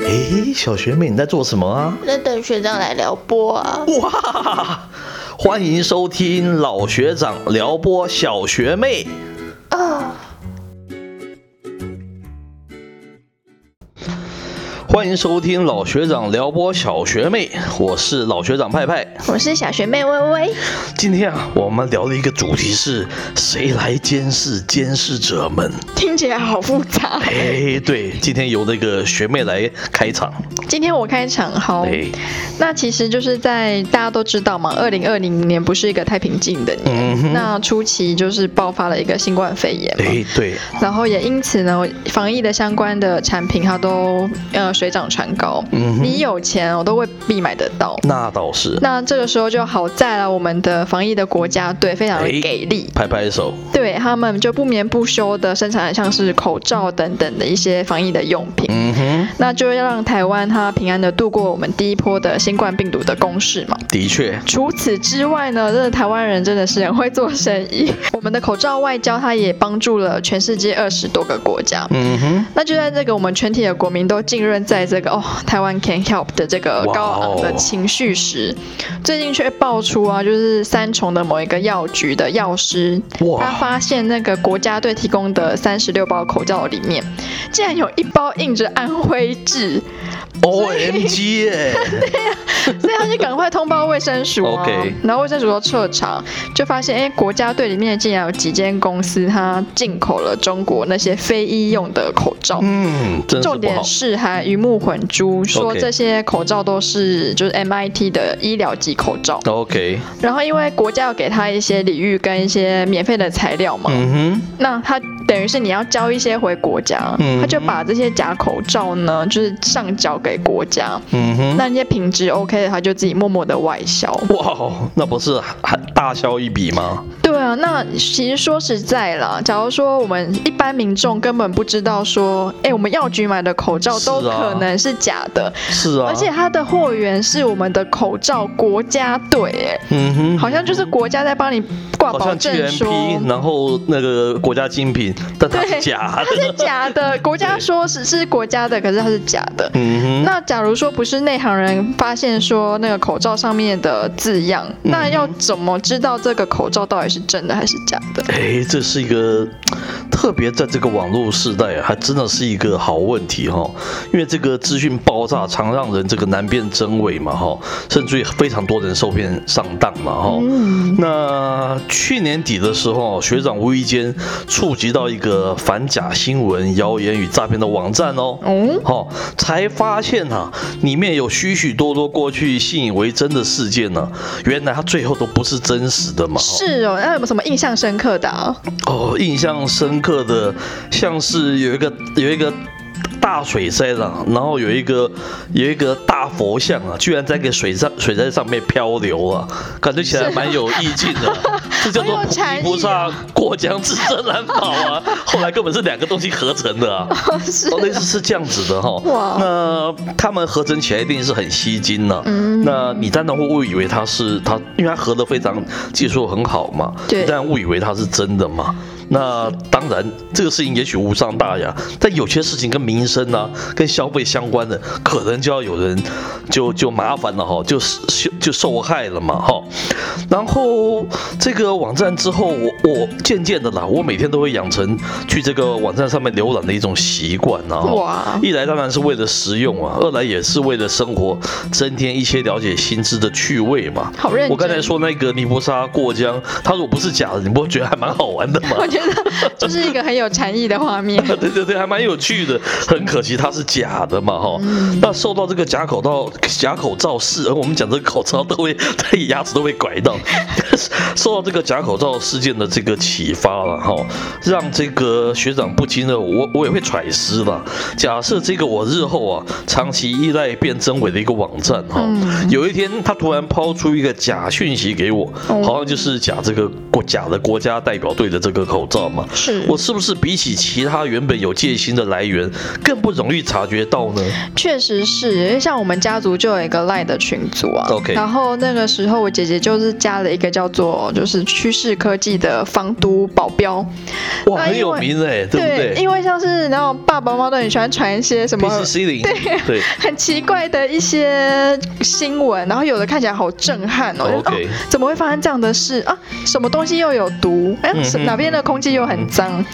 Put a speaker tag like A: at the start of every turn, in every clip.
A: 诶，小学妹你在做什么啊？
B: 我在等学长来撩拨啊。
A: 哇， 欢迎收听老学长撩拨小学妹。
B: 啊，
A: 欢迎收听老学长撩拨小学妹，我是老学长派派。
B: 我是小学妹微微。
A: 今天啊，我们聊的一个主题是谁来监视监视者们？
B: 听起来好复杂。
A: 哎，对，今天由那个学妹来开场。
B: 今天我开场好，
A: 哎，
B: 那其实就是在大家都知道嘛，二零二零年不是一个太平静的年，
A: 嗯哼，
B: 那初期就是爆发了一个新冠肺炎嘛。
A: 哎，对，
B: 然后也因此呢，防疫的相关的产品它都呃水涨船高，
A: 嗯哼，
B: 你有钱我都未必买得到。
A: 那倒是。
B: 那这个时候就好在了我们的防疫的国家队非常
A: 哎
B: 的给力，
A: 拍拍手，
B: 对他们就不眠不休的生产像是口罩等等的一些防疫的用品，
A: 嗯哼，
B: 那就要让台湾它平安的度过我们第一波的新冠病毒的攻势嘛。
A: 的确，
B: 除此之外呢，真的台湾人真的是很会做生意。我们的口罩外交，它也帮助了全世界二十多个国家。
A: 嗯哼，
B: 那就在这个我们全体的国民都浸润在这个哦台湾 can help 的这个高
A: 哦
B: 昂的情绪时，最近却爆出啊，就是三重的某一个药局的药师，他
A: 哇，
B: 发现那个国家队提供的三十六包口罩里面，竟然有一包印着安徽字，
A: O M G 耶！
B: 所以他就赶快通报卫生署啊
A: OK
B: 然后卫生署就彻查，就发现哎、诶国家队里面竟然有几间公司它进口了中国那些非医用的口罩。
A: 嗯，真是
B: 重
A: 不好嗯
B: 点。是还鱼目混珠，说
A: OK
B: 这些口罩都是就是 MIT 的医疗级口罩，
A: 嗯 OK，
B: 然后因为国家要给他一些礼遇跟一些免费的材料嘛，
A: 嗯哼，
B: 那他等于是你要交一些回国家，
A: 嗯
B: 他就把这些假口罩呢，就是上交给国家，
A: 嗯哼，
B: 那那些品质 OK 的，他就自己默默的外销。
A: 哇，那不是还大销一笔吗？
B: 对啊，那其实说实在啦，假如说我们一般民众根本不知道说，哎，我们药局买的口罩
A: 是啊
B: 都可能是假的，
A: 是啊，
B: 而且，它的货源是我们的口罩国家队，哎，
A: 嗯哼，
B: 好像就是国家在帮你挂
A: 好
B: 保
A: 像
B: 证说
A: GMP，。然后那个国家精品，但它是
B: 对
A: 假
B: 它
A: 的。
B: 是 假的，国家说是是国家的，可是它是假的。
A: 嗯哼，
B: 那假如说不是内行人发现说那个口罩上面的字样，
A: 嗯
B: 那要怎么知道这个口罩到底是真的还是假的？
A: 哎，这是一个特别在这个网络时代啊，还真的是一个好问题哈、因为这个资讯爆炸，常让人这个难辨真伪嘛哈、甚至于非常多人受骗上当嘛哈、
B: 嗯，
A: 那去年底的时候，学长无意间触及到一个反假新闻、谣言与诈骗的网站哦。
B: 哦，
A: 哦，才发现哈、里面有许许多多过去信以为真的事件呢、原来它最后都不是真实的嘛。哦
B: 是哦，那有没有什么印象深刻的啊？
A: 哦，印象深刻的像是有一个有一个大水灾啦，然后有一个有一个大佛像啊，居然在个水上水在上面漂流啊，感觉起来蛮有意境的啊、这叫做
B: 很有
A: 菩
B: 禅
A: 提
B: 意啊
A: 菩萨过江自身难保啊，后来根本是两个东西合成的啊。
B: 是
A: 哦，类似是这样子的哈、
B: 哇
A: 那他们合成起来一定是很吸睛了、
B: 嗯
A: 那你当然会误以为它是它，因为它合的非常技术很好嘛，
B: 对
A: 你当然误以为它是真的嘛。那当然，这个事情也许无伤大雅，但有些事情跟民生啊、跟消费相关的，可能就要有人就就麻烦了哈、就受就受害了嘛哈、然后这个网站之后，我我渐渐的啦，我每天都会养成去这个网站上面浏览的一种习惯啊、哈
B: 哇，
A: 一来当然是为了实用啊，二来也是为了生活增添一些了解新知的趣味嘛。
B: 好认真。
A: 我刚才，说那个尼泊沙过江，它如果不是假的，你不会觉得还蛮好玩的吗？
B: 我觉得这是一个很有禅意的 画面。
A: 对对对，还蛮有趣的。很可惜它是假的嘛，哈、
B: 嗯
A: 那受到这个假口罩、假口罩事，呃我们讲这个口罩都会，它牙齿都会拐到。受到这个假口罩事件的这个启发了，哈、让这个学长不禁的，我我也会揣思了。假设这个我日后啊，长期依赖辨真伪的一个网站，哈、
B: 嗯
A: 有一天他突然抛出一个假讯息给我，
B: 哦
A: 好像就是假这个国假的国家代表队的这个口罩嘛，
B: 是
A: 我是不是比起其他原本有戒心的来源，更不容易察觉到呢？
B: 确实是，因为像我们家族就有一个赖的群组啊
A: OK
B: 然后那个时候我姐姐就是就是加了一个叫做就是趋势科技的防毒保镖。
A: 哇，
B: 那
A: 很
B: 呃因
A: 有
B: 为
A: 名哎，对不
B: 对，
A: 对
B: 因为像是然后爸爸妈妈都很喜欢传一些什么。
A: ？PCC 零对
B: 很奇怪的一些新闻，然后有的看起来好震撼 哦，就
A: OK
B: 哦怎么会发生这样的事啊？什么东西又有毒？哎、
A: 嗯
B: 什
A: 哼
B: 哪边的空气又很脏？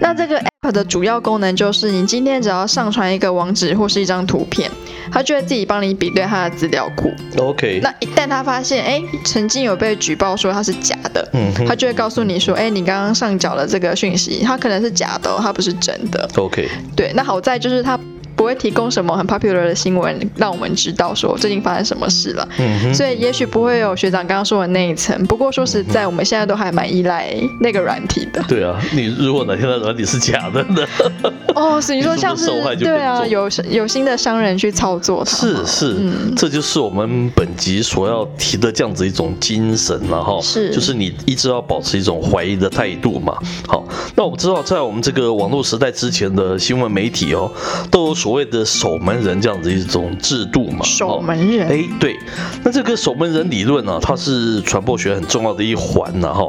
B: 那这个 app 的主要功能就是，你今天只要上传一个网址或是一张图片，它就会自己帮你比对它的资料库。
A: 嗯，OK，
B: 哦那一旦它发现，哎，曾经有被举报说它是假的，
A: 嗯
B: 它
A: 哼
B: 就会告诉你说，哎，你刚刚上缴了这个讯息，它可能是假的哦、它不是真的。
A: ，OK，
B: 对，那好在就是它不会提供什么很 popular 的新闻，让我们知道说最近发生什么事了。
A: 嗯哼，。
B: 所以也许不会有学长刚刚说的那一层，不过说实在，我们现在都还蛮依赖那个软体的
A: 对啊，你如果哪天的软体是假的呢？
B: 哦，是你说
A: 你
B: 像
A: 说
B: 是
A: 受害就
B: 对
A: 更
B: 啊，
A: 重
B: 有有新的商人去操作它
A: 是
B: 嘛，
A: 是，
B: 嗯
A: 这就是我们本集所要提的这样子一种精神了哈。
B: 是
A: 就是你一直要保持一种怀疑的态度嘛。好，那我们知道，在我们这个网络时代之前的新闻媒体哦，都有所谓的守门人这样子一种制度嘛。
B: 守
A: 哦
B: 门人。
A: 哎，对，那这个守门人理论呢、它是传播学很重要的一环呢、哈、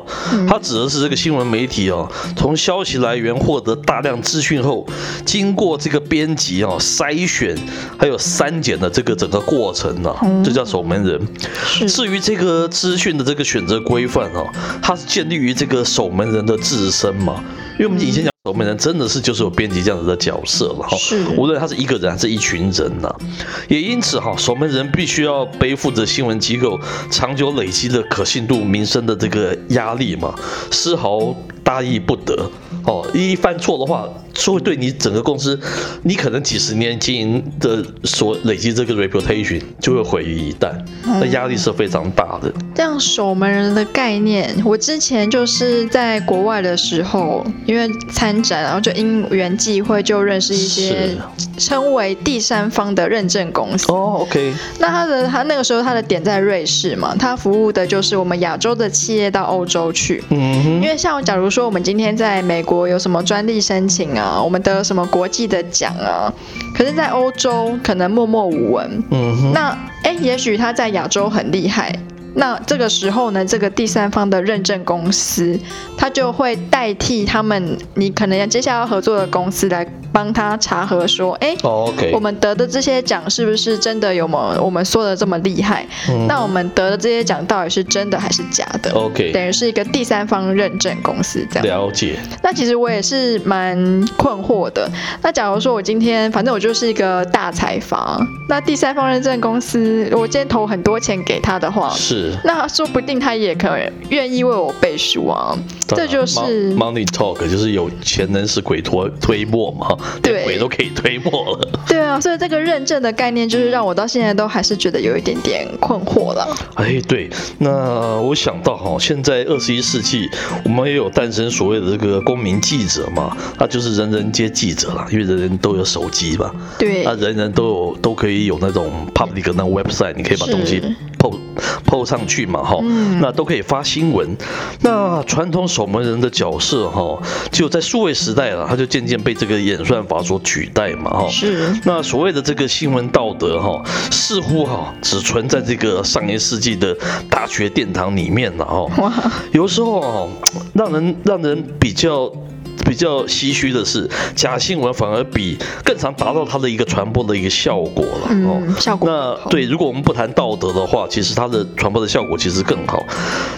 A: 它指的是这个新闻媒体哦，从消息来源获得大量资讯后，经过这个编辑哦筛选，还有删减的这个整个过程呢、
B: 嗯
A: 这叫守门人。
B: 是
A: 至于这个资讯的这个选择规范哦，它是建立于这个守门人的自身嘛，因为我们以前讲守门人真的是就是有编辑这样子的角色了哈、
B: 是
A: 无论他是一个人还是一群人呐、也因此哈、守门人必须要背负着新闻机构长久累积的可信度、民生的这个压力嘛，丝毫大意不得哦。一犯错的话，就会对你整个公司，你可能几十年经营的所累积这个 reputation 就会毁于一旦，
B: 嗯
A: 那压力是非常大的。
B: 这样守门人的概念，我之前就是在国外的时候，因为参展，然后就因缘际会就认识一些称为第三方的认证公司。
A: 哦，OK，
B: 那他的他那个时候他的点在瑞士嘛，他服务的就是我们亚洲的企业到欧洲去。
A: 嗯
B: 因
A: 哼，
B: 为像假如说我们今天在美国有什么专利申请啊，我们得什么国际的奖啊，可是，在欧洲可能默默无闻。
A: 嗯哼，
B: 那哎，也许他在亚洲很厉害。那这个时候呢，这个第三方的认证公司，他就会代替他们，你可能要接下来要合作的公司来帮他查核，说，哎、
A: 哦，OK，
B: 我们得的这些奖是不是真的有我们我们说的这么厉害？
A: 嗯
B: 那我们得的这些奖到底是真的还是假的？
A: OK，
B: 等于是一个第三方认证公司这样。
A: 了解，
B: 那其实我也是蛮困惑的。那假如说我今天，反正我就是一个大财阀，那第三方认证公司，我今天投很多钱给他的话，
A: 是。
B: 那说不定他也可能愿意为我背书啊。这就是
A: mon- money talk，就是有钱能使鬼推推磨嘛，
B: 对
A: 连鬼都可以推磨了。
B: 对啊，所以这个认证的概念，就是让我到现在都还是觉得有一点点困惑了。
A: 哎，对，那我想到哈，现在二十一世纪，我们也有诞生所谓的这个公民记者嘛，那就是人人皆记者啦，因为人人都有手机嘛，
B: 对，
A: 那人人都有都可以有那种 public 的那种 website，你可以把
B: 是
A: 东西 po po 上去嘛，哈、
B: 嗯
A: 那都可以发新闻。那传统守门人的角色哈，就在数位时代了，它就渐渐被这个演算法所取代嘛，哈。
B: 是
A: 那所谓的这个新闻道德哈、似乎哈、只存在这个上一世纪的大学殿堂里面了哈、
B: 哇，
A: 有时候哦，让人让人比较。比较唏嘘的是，假新闻反而比更常达到它的一个传播的一个效果了、哦。
B: 嗯，效果
A: 那
B: 很好
A: 对，如果我们不谈道德的话，其实它的传播的效果其实更好。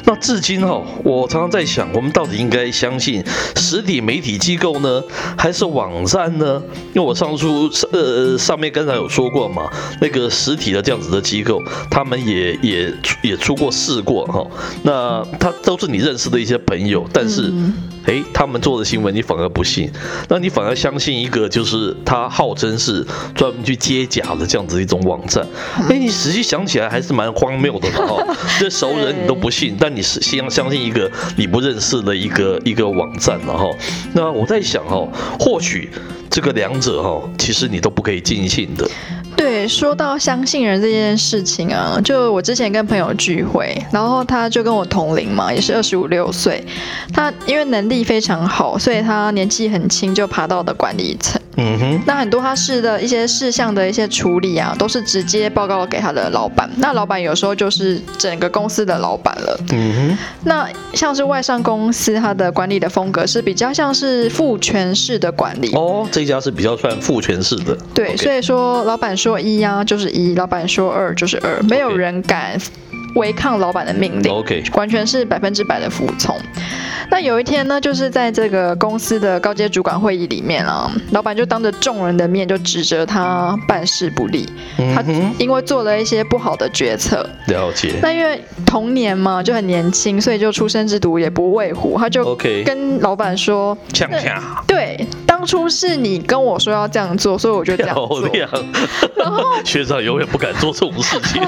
A: 那至今哈、我常常在想，我们到底应该相信实体媒体机构呢，还是网站呢？因为我上述呃上面刚才有说过嘛，那个实体的这样子的机构，他们也也也出过事过哈、那他都是你认识的一些朋友，但是
B: 嗯
A: 诶，他们做的新闻你反而不信，那你反而相信一个就是他号称是专门去接假的这样子一种网站，
B: 嗯
A: 诶，你仔细想起来还是蛮荒谬的嘛 哈。这熟人你都不信，但你是先相信一个你不认识的一个一个网站了哈。那我在想哈，或许这个两者哈，其实你都不可以尽信的。
B: 对，说到相信人这件事情啊，就我之前跟朋友聚会，然后他就跟我同龄嘛，也是二十五六岁。他因为能力非常好，所以他年纪很轻就爬到的管理层，
A: 嗯哼，
B: 那很多他事的一些事项的一些处理啊，都是直接报告给他的老板。那老板有时候就是整个公司的老板了。
A: 嗯
B: 那像是外商公司，它的管理的风格是比较像是父权式的管理。
A: 哼，哦，这家是比较算父权式的，
B: 对
A: OK
B: 所以说老板说一啊就是一，老板说二就是二，没有
A: OK
B: 人敢违抗老板的命令。
A: OK
B: 完全是百分之百的服从。那有一天呢，就是在这个公司的高阶主管会议里面啊，老板就当着众人的面就指责他办事不力，他
A: 嗯哼，
B: 因为做了一些不好的决策。
A: 了解。
B: 那因为童年嘛，就很年轻，所以就出生之犊也不畏虎，他就
A: OK
B: 跟老板说
A: 呛呛，：“
B: 对，当初是你跟我说要这样做，所以我就 这样
A: 漂
B: 做。”
A: 亮！哦 学长永远不敢做这种事 情。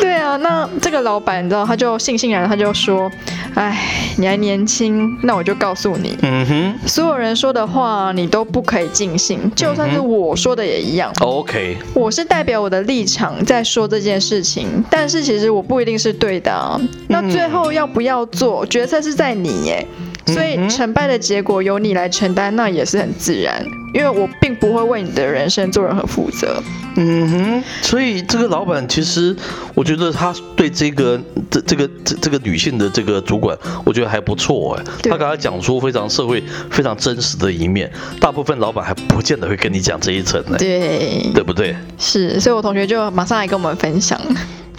B: 对啊，那这个老板你知道，他就悻悻然，他就说：“哎，你还年轻，那我就告诉你，
A: 嗯哼
B: 所有人说的话你都不可以尽信，就算是我说的也
A: 嗯
B: 一样。
A: ，OK，
B: 我是代表我的立场在说这件事情，但是其实我不一定是对的、啊。
A: 嗯
B: 那最后要不要做，决策是在你耶。”所以
A: 嗯哼
B: 成败的结果由你来承担，那也是很自然，因为我并不会为你的人生做任何负责。
A: 嗯哼，所以这个老板其实，我觉得他对这个这这个这这个女性的这个主管，我觉得还不错哎。
B: 对
A: 他刚才讲出非常社会非常真实的一面，大部分老板还不见得会跟你讲这一层呢，
B: 对，
A: 对不对？
B: 是，所以我同学就马上来跟我们分享。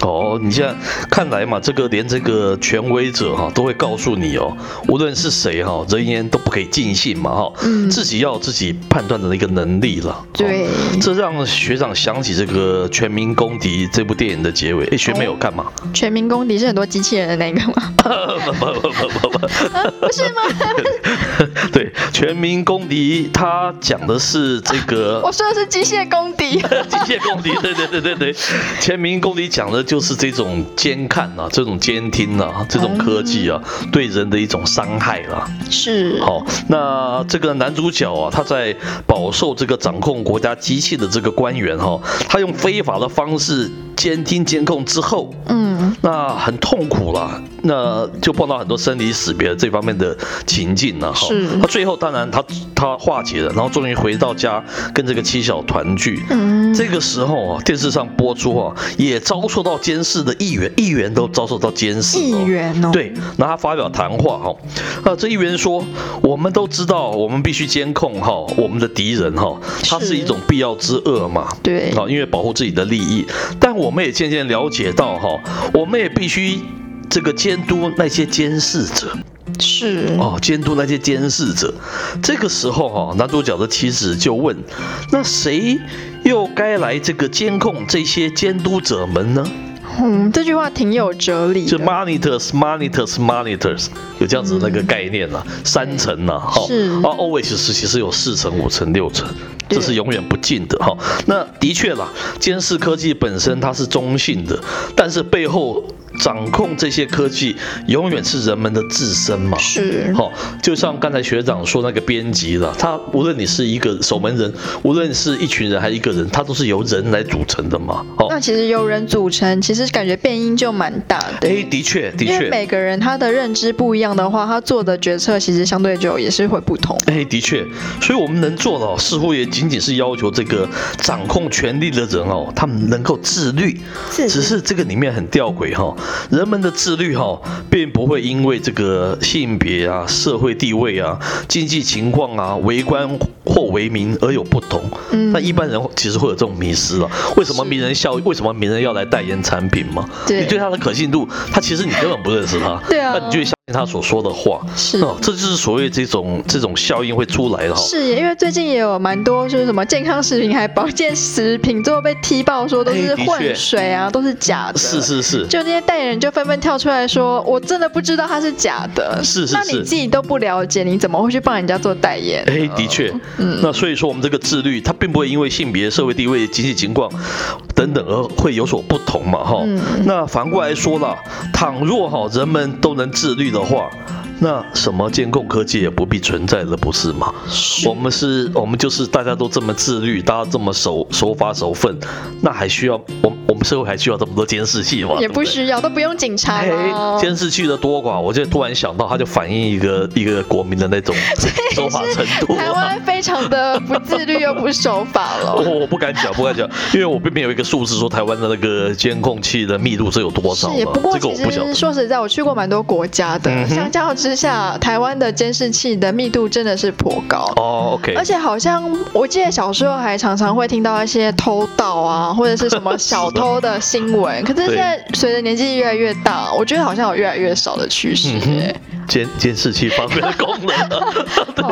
A: 哦，你现在看来嘛，这个连这个权威者哈、都会告诉你哦，无论是谁哈、人言都不可以尽信嘛哈、
B: 嗯
A: 自己要有自己判断的一个能力了。
B: 对
A: 哦这让学长想起这个《全民公敌》这部电影的结尾。哎，学妹有看吗？
B: 全民公敌是很多机器人的那个吗？
A: 不不不不不不，
B: 不是 吗？
A: 对，《全民公敌》他讲的是这 个
B: 我说的是机械公敌。
A: 机械公 敌，对对对对对，全民公敌讲的就是这种监看啊，这种监听啊，这种科技啊，对人的一种伤害啦、
B: 嗯是，
A: 好，那这个男主角啊，他在饱受这个掌控国家机器的这个官员哈、他用非法的方式监听监控之后，
B: 嗯，
A: 那很痛苦啦，那就碰到很多生离死别这方面的情境啊了哈。
B: 是
A: 那最后当然他他化解了，然后终于回到家跟这个妻小团聚。
B: 嗯
A: 这个时候啊，电视上播出啊，也遭受到监视的议员，议员都遭受到监视、哦。
B: 议员哦，，
A: 对，那他发表谈话哈，呃，这议员说，我们都知道，我们必须监控哈我们的敌人哈，它
B: 是
A: 是一种必要之恶嘛，
B: 对
A: 好，因为保护自己的利益，但我们也渐渐了解到哈，我们也必须。这个监督那些监视者
B: 是，
A: 哦，监督那些监视者。这个时候哈、男主角的妻子就问：“那谁又该来这个监控这些监督者们呢？”
B: 嗯，这句话挺有哲理
A: 就
B: 的，
A: monitors monitors monitors 有这样子的那个概念啊，三层呐、哈、
B: 嗯是
A: 啊，always 是其实有四层、五层、六层，
B: 对
A: 这是永远不尽的哈、那的确啦，监视科技本身它是中性的，但是背后掌控这些科技永远是人们的自身嘛。
B: 是，
A: 好、就像刚才学长说那个编辑了，他无论你是一个守门人，无论是一群人还是一个人，他都是由人来组成的嘛。哦，
B: 那其实由人组成，其实感觉变音就蛮大的。
A: 哎，的确，的
B: 因
A: 确
B: 为，每个人他的认知不一样的话，他做的决策其实相对就也是会不同。
A: 哎，的确，所以我们能做的哦，似乎也仅仅是要求这个掌控权力的人哦，他们能够自律。
B: 自律
A: 只是这个里面很吊诡哈、人们的自律哈、并不会因为这个性别啊、社会地位啊、经济情况啊、为官或为民而有不同。
B: 嗯
A: 那一般人其实会有这种迷失了。为什么名人效？为什么名人要来代言产品嘛？
B: 对，
A: 你对他的可信度，他其实你根本不认识他
B: 对啊嗯
A: 那你就会相信他所说的话。
B: 是
A: 哦，这就是所谓这种这种效应会出来的哈。
B: 是耶，因为最近也有蛮多就是什么健康食品还保健食品，最后被踢爆说都是
A: 哎的确
B: 混水啊，都是假的。
A: 是是是，
B: 就那些代言人就纷纷跳出来说：“我真的不知道它是假的。”
A: 是是
B: 那你
A: 是
B: 自己都不了解，你怎么会去帮人家做代言？
A: 哎，的确，
B: 嗯
A: 那所以说我们这个自律，它并不会因为性别、社会地位、经济情况等等而会有所不同嘛，哈、
B: 嗯
A: 那反过来说啦，倘若哈人们都能自律的话，那什么监控科技也不必存在了，不是吗？
B: 是
A: 我们是，我们就是大家都这么自律，大家这么守守法守分，那还需要我我们社会还需要这么多监视器吗？
B: 也不
A: 对对
B: 需要，都不用警察
A: 哎
B: 了，。
A: 监视器的多寡，我就突然想到，它就反映一个一个国民的 那种守法程度
B: 台
A: 啊。
B: 湾非常的不自律又不守法
A: 我
B: 了。
A: 哦我不敢讲，不敢讲，因为我并没有一个数字说台湾的那个监控器的密度是有多
B: 是
A: 少，
B: 也
A: 嘛
B: 不过
A: 这个
B: 其
A: 我不晓
B: 实
A: 得。
B: 说实在，我去过蛮多国家的，
A: 嗯哼
B: 相较之下，台湾的监视器的密度真的是颇高。
A: 哦，OK，
B: 而且好像我记得小时候还常常会听到一些偷盗啊，或者是什么小偷的新闻。可是
A: 对
B: 现在随着年纪越来越大，我觉得好像有越来越少的趋势、
A: 嗯
B: 欸
A: 哼。监监视器方面的功 能， 对对对，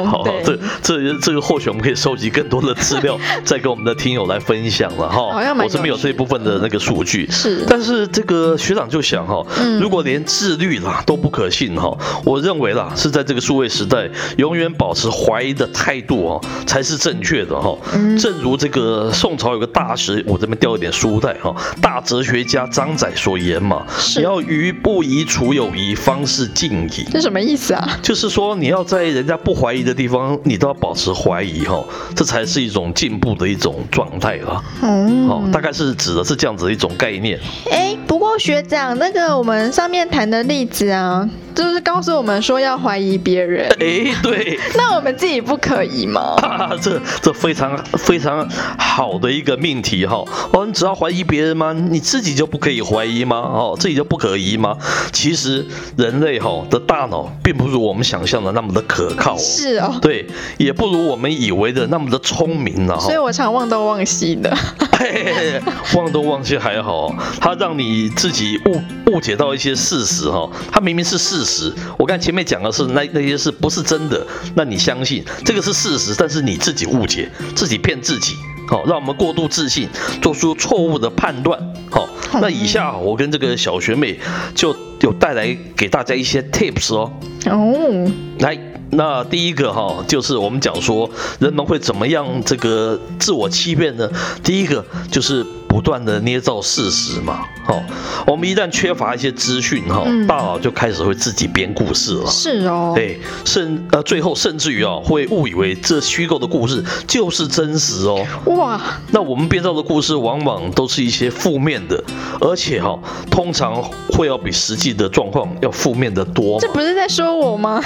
B: 哦
A: 好，好
B: 对
A: 这这这个或许我们可以收集更多的资 料，再跟我们的听友来分享了哈。
B: 好像蛮
A: 我是没有
B: 有趣
A: 这
B: 的
A: 一部分的那个数据，
B: 是，
A: 但是这个学长就想哈，
B: 嗯
A: 如果连自律啦都不可信哈，我认为啦是在这个数位时代，永远保持怀疑的态度哦才是正确的哈。
B: 嗯
A: 正如这个宋朝有个大史，我这边掉一点书袋哈，大哲学家张载所言嘛，
B: 是
A: 你要愚不疑，处有疑，方是进矣。
B: 这什么意思啊？
A: 就是说，你要在人家不怀疑的地方，你都要保持怀疑哈，这才是一种进步的一种状态啦。哦，
B: 嗯，
A: 大概是指的是这样子的一种概念。
B: 哎、不过学长，那个我们上面谈的例子啊，就是告诉我们说要怀疑别 人，
A: 哎，对，
B: 那我们自己不可以吗？
A: 啊、 这这非常非常好的一个命题哈、哦，你只要怀疑别人吗？你自己就不可以怀疑吗？哦，自己就不可疑吗？其实人类哈、的大脑并不如我们想象的那么的可靠、哦，
B: 是哦，
A: 对，也不如我们以为的那么的聪明了、哈。
B: 所以我常忘东忘西的。
A: 嘿嘿嘿 忘东忘西还好，他让你自己误误解到一些事实哈、哦，他明明是事实。我刚才前面讲的是那那些事不是真的，那你相信这个是事实，但是你自己误解，自己骗自己。好、让我们过度自信，做出错误的判断。好、那以下我跟这个小学妹就有带来给大家一些 tips 哦。
B: 哦，
A: 来，那第一个哈、就是我们讲说人们会怎么样这个自我欺骗呢？第一个就是不断的捏造事实嘛。哦，我们一旦缺乏一些资讯哈、
B: 嗯
A: 大脑就开始会自己编故事了。
B: 是哦，
A: 对，甚呃，最后甚至于哦，会误以为这虚构的故事就是真实哦。
B: 哇，
A: 那我们编造的故事往往都是一些负面的，而且哈、通常会要比实际的状况要负面的多嘛。
B: 这不是在说我吗？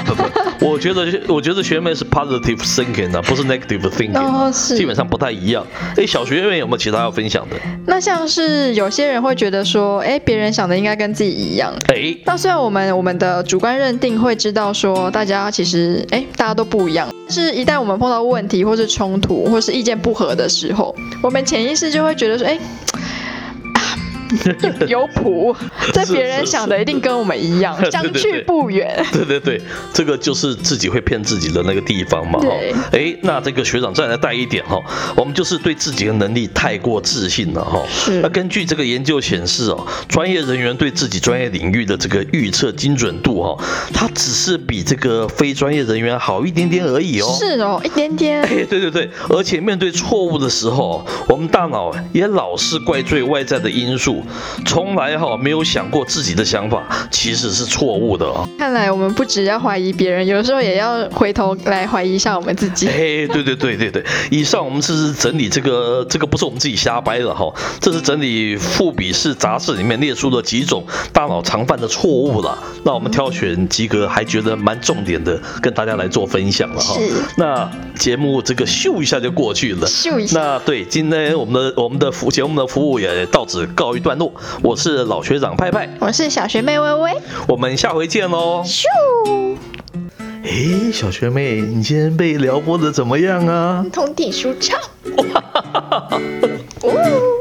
A: 我觉得，我觉得学妹是 positive thinking 啊，不是 negative thinking，、啊
B: 哦是
A: 基本上不太一样。哎，小学妹有没有其他要分享的？
B: 那像是有些人会觉得说，哎，别人想的应该跟自己一样。
A: 哎，
B: 那虽然我们我们的主观认定会知道说，大家其实哎大家都不一样，但是一旦我们碰到问题或是冲突或是意见不合的时候，我们潜意识就会觉得 说，哎。啊有有谱，这别人想的一定跟我们一样，
A: 是
B: 相
A: 对对
B: 去不远。
A: 对对对，这个就是自己会骗自己的那个地方嘛。哈
B: 对，
A: 哎，那这个学长再来带一点哈，我们就是对自己的能力太过自信了哈。
B: 是
A: 那根据这个研究显示哦，专业人员对自己专业领域的这个预测精准度哈、哦，它只是比这个非专业人员好一点点而已哦。
B: 是哦，一点点。
A: 哎，对对对，而且面对错误的时候，我们大脑也老是怪罪外在的因素，从来哈、没有想过自己的想法其实是错误的啊、
B: 看来我们不只要怀疑别人，有的时候也要回头来怀疑一下我们自己。
A: 哎，对对对对对，以上我们是整理这个这个不是我们自己瞎掰的哈、这是整理富比士杂志里面列出了几种大脑常犯的错误了。那我们挑选几个还觉得蛮重点的，跟大家来做分享了哈、
B: 是
A: 那节目这个咻一下就过去了，
B: 秀一下，
A: 那对，今天我们的我们的服节目的服务也到此告一段落。我是老学长派派，
B: 我是小学妹微微，
A: 我们下回见喽。
B: 咻，
A: 诶，小学妹，你今天被撩拨的怎么样啊？
B: 通体舒畅。哦